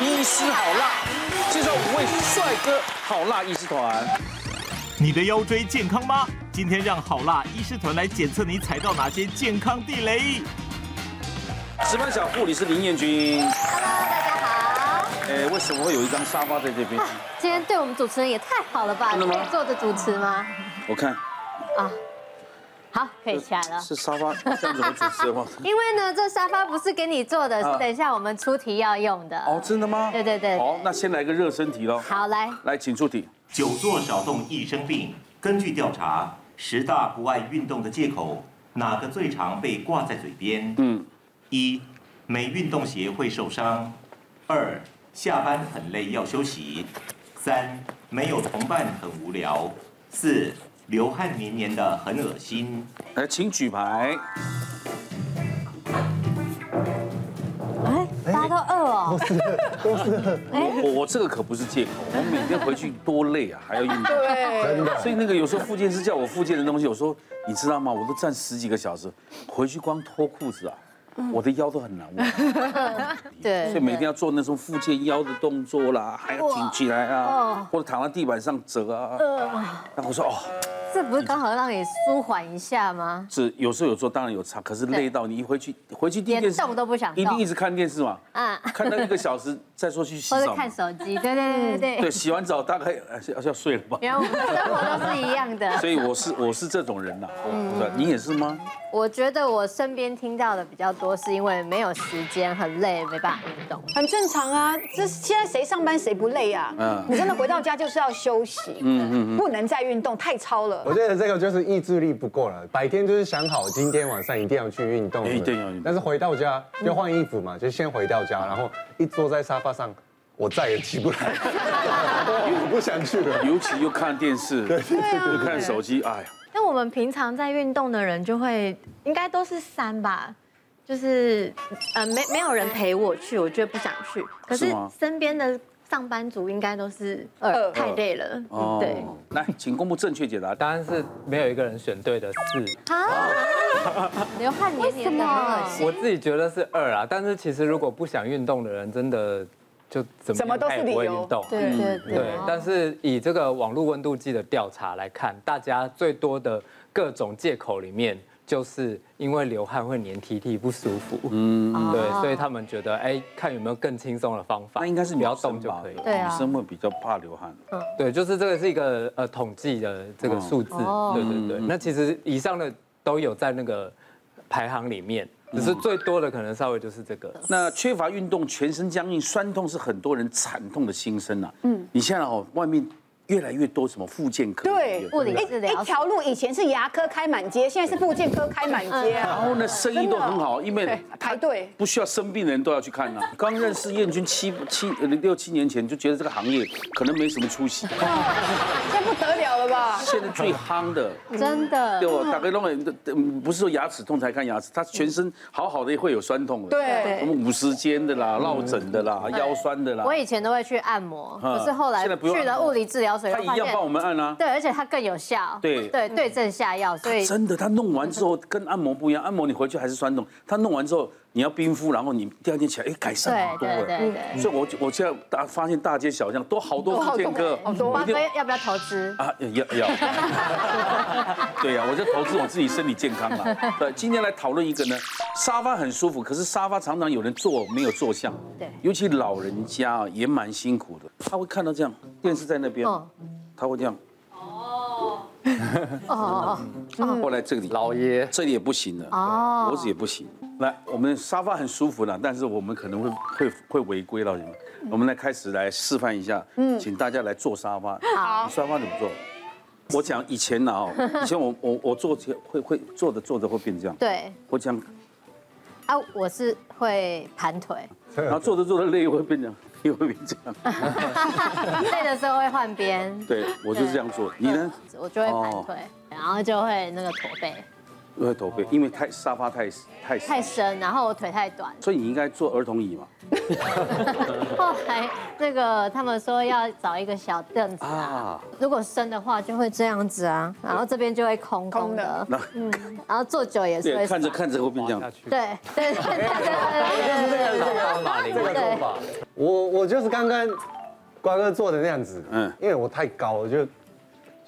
医师好辣，介绍五位帅哥好辣医师团。你的腰椎健康吗？今天让好辣医师团来检测你踩到哪些健康地雷。值班小护理是林彦君。 Hello，大家好。啊哎，为什么会有一张沙发在这边？今天对我们主持人也太好了吧？真的吗可以坐着主持吗？我看啊，好，可以起来了。是沙发，这样怎么主持 吗？因为呢，这沙发不是给你坐的，啊是等一下我们出题要用的。哦，真的吗？对对对好，那先来个热身题喽。好，来，来，请出题。久坐少动易生病。根据调查，十大不爱运动的借口，哪个最常被挂在嘴边？嗯，一，没运动鞋会受伤；二，下班很累要休息；三，没有同伴很无聊；四，流汗黏黏的很恶心。来，请举牌。哎，大家都饿哦。哎我我这个可不是借口，我每天回去多累啊，还要运动。对，所以那个有时候复健师叫我复健的东西，我说你知道吗？我都站十几个小时，回去光脱裤子啊，嗯我的腰都很难弯。对所以每天要做那种复健腰的动作啦，还要挺起来啊哦，嗯或者躺在地板上折啊。然后我说哦，这不是刚好让你舒缓一下吗？是有时候有做当然有差，可是累到你一回去回去第一件事连动都不想动一定一直看电视嘛，啊，看到一个小时再说去洗或澡者嘛看。手机，对对对对对，对。洗完澡大概呃要要睡了吧。原来我们的生活都是一样的。 所以我是我是这种人呐、我不知道你也是吗？我觉得我身边听到的比较多，是因为没有时间，很累，没办法运动。很正常啊。这现在谁上班谁不累啊？嗯你真的回到家就是要休息，嗯嗯，不能再运动，太超了。我觉得这个就是意志力不够了，白天就是想好今天晚上一定要去运动，一定要运动但是回到家就换衣服嘛，就先回到家，然后一坐在沙发上，我再也起不来， 我不想去了。尤其又看电视，又看手机，哎呀，那我们平常在运动的人，就会应该都是三吧，就是呃没没有人陪我去，我就不想去。可是是吗身边的上班族应该都是二二，太累了，哦对。，来，请公布正确解答。答案是没有一个人选对的四，啊 流汗黏黏的，很恶心。我自己觉得是二啊。但是其实如果不想运动的人，真的就怎么怎么样都他是也理不会由运动。嗯对对对，但是以这个网络温度计的调查来看，大家最多的各种借口里面，就是因为流汗会黏 T T 不舒服。嗯，对，所以他们觉得，哎，看有没有更轻松的方法，那应该是不女要生动就吧可以？。对啊女生会比较怕流汗。对，就是这个是一个呃统计的这嗯个数字，哦对对对。那其实以上的都有在那个排行里面，只嗯是最多的可能稍微就是这个。那缺乏运动，全身僵硬、酸痛是很多人惨痛的心声呐。嗯，你现在哦，外面越来越多什么复健科，对，哎物理治疗一一条路以前是牙科开满街，现在是复健科开满街啊。然后呢，生意都很好，因为对排队不需要生病的人都要去看呐、刚认识燕君七七呃六七年前，就觉得这个行业可能没什么出息。现在不得了了吧？现在最夯的，嗯真的对。我打开弄人，嗯不是说牙齿痛才看牙齿，他全身好好的会有酸痛的，对什么五十肩的啦、落枕的啦、腰酸的啦嗯我，以前都会去按摩，嗯可是后来现在不用去按了摩物理治疗所以他后一发样现帮我们按啊。对，而且它更有效。对对，嗯对症下药，所以真的，他弄完之后跟按摩不一样，按摩你回去还是酸痛，他弄完之后你要冰敷，然后你第二天起来，哎，改善对很多对了。对对。所以我我现在大发现大街小巷都好多好复健科多，好多我瓜一定哥要不要投资？啊，要要， 对呀、我就投资我自己身体健康啦。对，今天来讨论一个呢，沙发很舒服，可是沙发常常有人坐没有坐相，对尤其老人家啊也蛮辛苦的，他会看到这样，电视在那边哦，他会这样，哦哦后来这里老爷，这里也不行了，哦脖子也不行。来，我们沙发很舒服了，但是我们可能会会会违规了，你们。嗯我们来开始来示范一下，请大家来坐沙发。好，沙发怎么坐？我讲以前呢，哦， 以前我我我坐起会会坐着坐着会变这样。对我讲，啊，我是会盘腿，然后啊坐着坐着累会变这样， 也会变这样。 累的时候会换边。对，我就是这样做。你呢？我就会盘腿，然后就会那个驼背我会驼背，因为太沙发太太太深，然后我腿太短。所以你应该坐儿童椅嘛。后来那个他们说要找一个小凳子啊啊，如果深的话就会这样子啊，然后这边就会空空的，那然后坐久也嗯是对，会看着爽看着会变这样。嗯对对对对对对对对对马铃对我我就是刚刚瓜哥做的那样子，嗯嗯，因为我太高了，就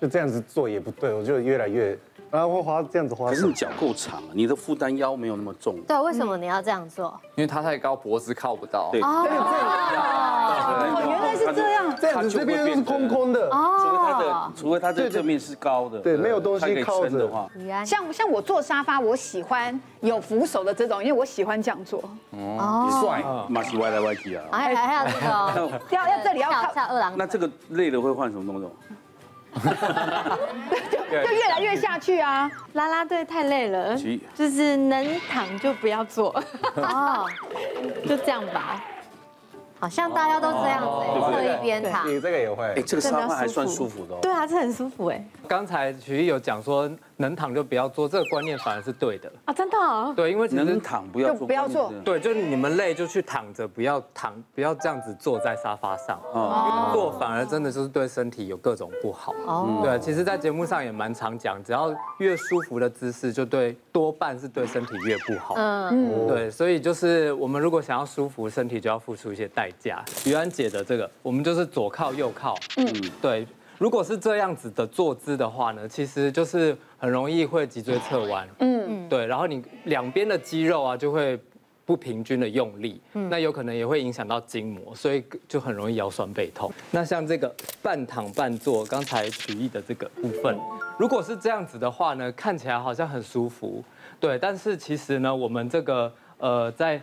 就这样子做也不对，我就越来越，然啊后会滑这样子滑可是手你。脚够长，你的负担腰没有那么重。哦对，为什么你要这样做？因为他太高，脖子靠不到。对哦，原来是这样。哦这样子它就这会边都是变成空空的，除非它的，除非它的对对正面是高的，对没有东西它可以靠撑的着话，原来像像我坐沙发，我喜欢有扶手的这种，因为我喜欢这样坐，哦帅，马是歪来歪去啊。还还要这个哦，要要这里要跳靠，跳二郎那这个累了会换什么动作？就越来越下去啊。啦啦队太累了其实，就是能躺就不要坐， 哦，就这样吧。好像大家都这样子，哦对各一边躺。你这个也会哎，，这个这样沙比较发还舒算服舒服的哦。对啊，这很舒服哎刚才徐艺有讲说能躺就不要做，这个观念反而是对的。啊，真的哦对，因为其实能躺不要就坐，不要坐对，就是你们累就去躺着，不要躺，不要这样子坐在沙发上，啊哦坐反而真的就是对身体有各种不好。哦对，啊其实，在节目上也蛮常讲，只要越舒服的姿势，就对多半是对身体越不好。嗯，对，所以就是我们如果想要舒服，身体就要付出一些代价。于安姐的这个，我们就是左靠右靠，嗯，对。如果是这样子的坐姿的话呢，其实就是很容易会脊椎侧弯，嗯，对，然后你两边的肌肉啊就会不平均的用力，那有可能也会影响到筋膜，所以就很容易腰酸背痛。那像这个半躺半坐，刚才曲艺的这个部分，如果是这样子的话呢，看起来好像很舒服，对，但是其实呢，我们这个呃在。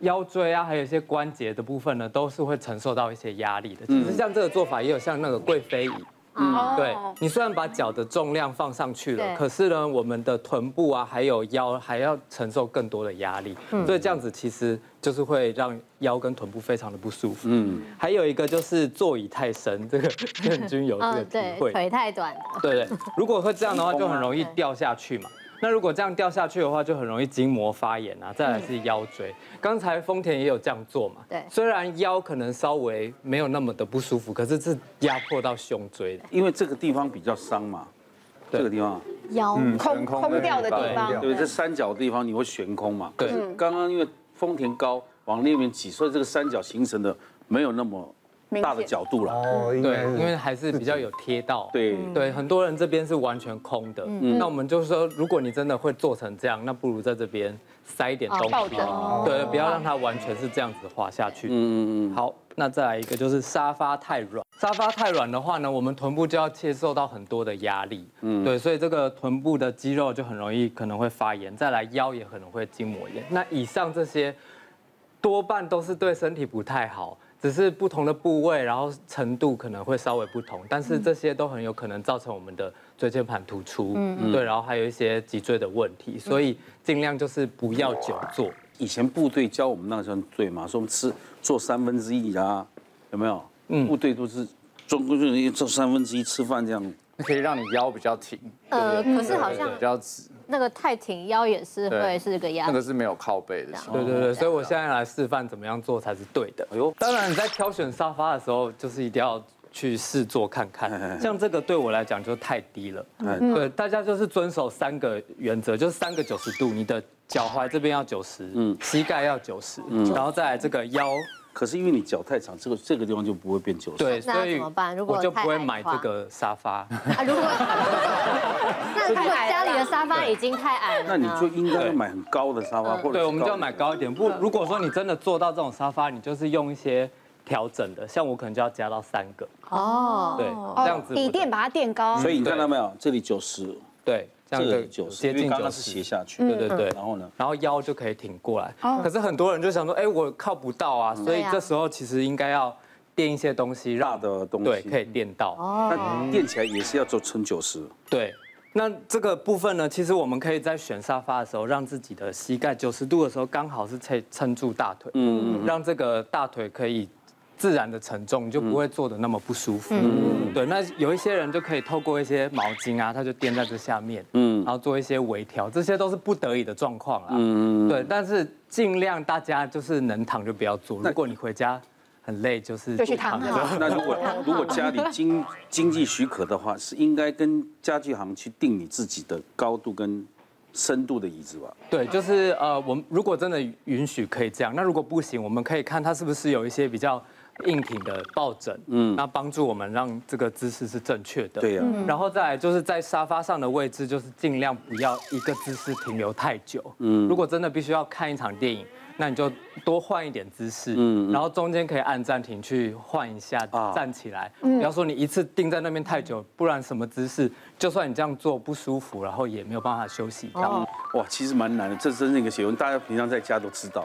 腰椎啊，还有一些关节的部分呢，都是会承受到一些压力的。其实像这个做法，也有像那个贵妃椅，哦嗯对你虽然把脚的重量放上去对了，可是呢，我们的臀部啊，还有腰还要承受更多的压力，嗯所以这样子其实就是会让腰跟臀部非常的不舒服。嗯，还有一个就是座椅太深，这个 任君有这个嗯，体对，会，腿太短了。对对，如果会这样的话，就很容易掉下去嗯嘛。那如果这样掉下去的话，就很容易筋膜发炎啊，再来是腰椎。刚才丰田也有这样做嘛，嗯对虽然腰可能稍微没有那么的不舒服，可是是压迫到胸椎的。因为这个地方比较伤嘛，这对个地方，啊腰嗯空空掉的地方对对，这三角地方你会悬空嘛。对可是刚刚因为丰田高往那边挤，所以这个三角形成的没有那么大的角度了。哦，应对该，因为还是比较有贴到。对，对，很多人这边是完全空的。那我们就是说，如果你真的会做成这样，那不如在这边塞一点东抱西着，对，不要让它完全是这样子滑下去。嗯嗯嗯，好，那再来一个就是沙发太软。沙发太软的话呢，我们臀部就要接受到很多的压力，嗯，对，所以这个臀部的肌肉就很容易可能会发炎，再来腰也可能会筋膜炎。那以上这些多半都是对身体不太好，只是不同的部位，然后程度可能会稍微不同，但是这些都很有可能造成我们的椎间盘突出，嗯，对，然后还有一些脊椎的问题，所以尽量就是不要久坐。以前部队教我们那个算对嘛，说我们吃做三分之一啊，有没有？嗯，部队都是中国人做三分之一吃饭这样。可以让你腰比较挺，呃，可是好对像比较直，那个太挺腰也是会对是个压那力个。是没有靠背的情况。对对对，哦所以我现在来示范怎么样做才是对的。哎呦，当然你在挑选沙发的时候，就是一定要去试坐看嗯看。像这个对我来讲就太低了。嗯对，大家就是遵守三个原则，就是三个九十度，你的脚踝这边要九十，嗯，膝盖要九十，嗯然后再来这个腰。可是因为你脚太长，这个这个地方就不会变九十。对，那所以怎么办如果我就太不会矮的买话这个沙发。啊，如果 那如果家里的沙发已经太矮了那你呢就应该对买很高的沙发，或者对，是我们就要高买高一点。嗯不，如果说你真的做到这种沙发，你就是用一些调整的，像我可能就要加到三个，哦，对，这样子我底的垫把它垫高，所以你看到没有？这里九十，对，嗯这样这就里九十，接因为近刚九刚是斜十。下去。对对对，然后呢？然后腰就可以挺过来。可是很多人就想说，哎，我靠不到啊，所哦对以啊这时候其实应该要垫一些东西，大让的东西对可以垫哦到。那垫起来也是要做成九十，对，那这个部分呢，其实我们可以在选沙发的时候，让自己的膝盖九十度的时候，刚好是撑撑住大腿，嗯，让这个大腿可以。自然的承重，你就不会坐的那么不舒服。嗯对，那有一些人就可以透过一些毛巾啊，它就垫在这下面，嗯，然后做一些微调，这些都是不得已的状况啦。嗯，对，但是尽量大家就是能躺就不要坐。如果你回家很累，就是就去躺着好那如果如果家里经经济许可的话，是应该跟家具行去定你自己的高度跟深度的椅子吧。对，就是呃，我们如果真的允许可以这样，那如果不行，我们可以看它是不是有一些比较硬挺的抱枕，嗯，那帮助我们让这个姿势是正确的。对呀然后再来就是在沙发上的位置，就是尽量不要一个姿势停留太久。嗯，如果真的必须要看一场电影。那你就多换一点姿势，嗯，然后中间可以按暂停去换一下，啊站起来。不要说你一次定在那边太久，不然什么姿势，就算你这样做不舒服，然后也没有办法休息到。哇，其实蛮难的，这真是一个学问，大家平常在家都知道。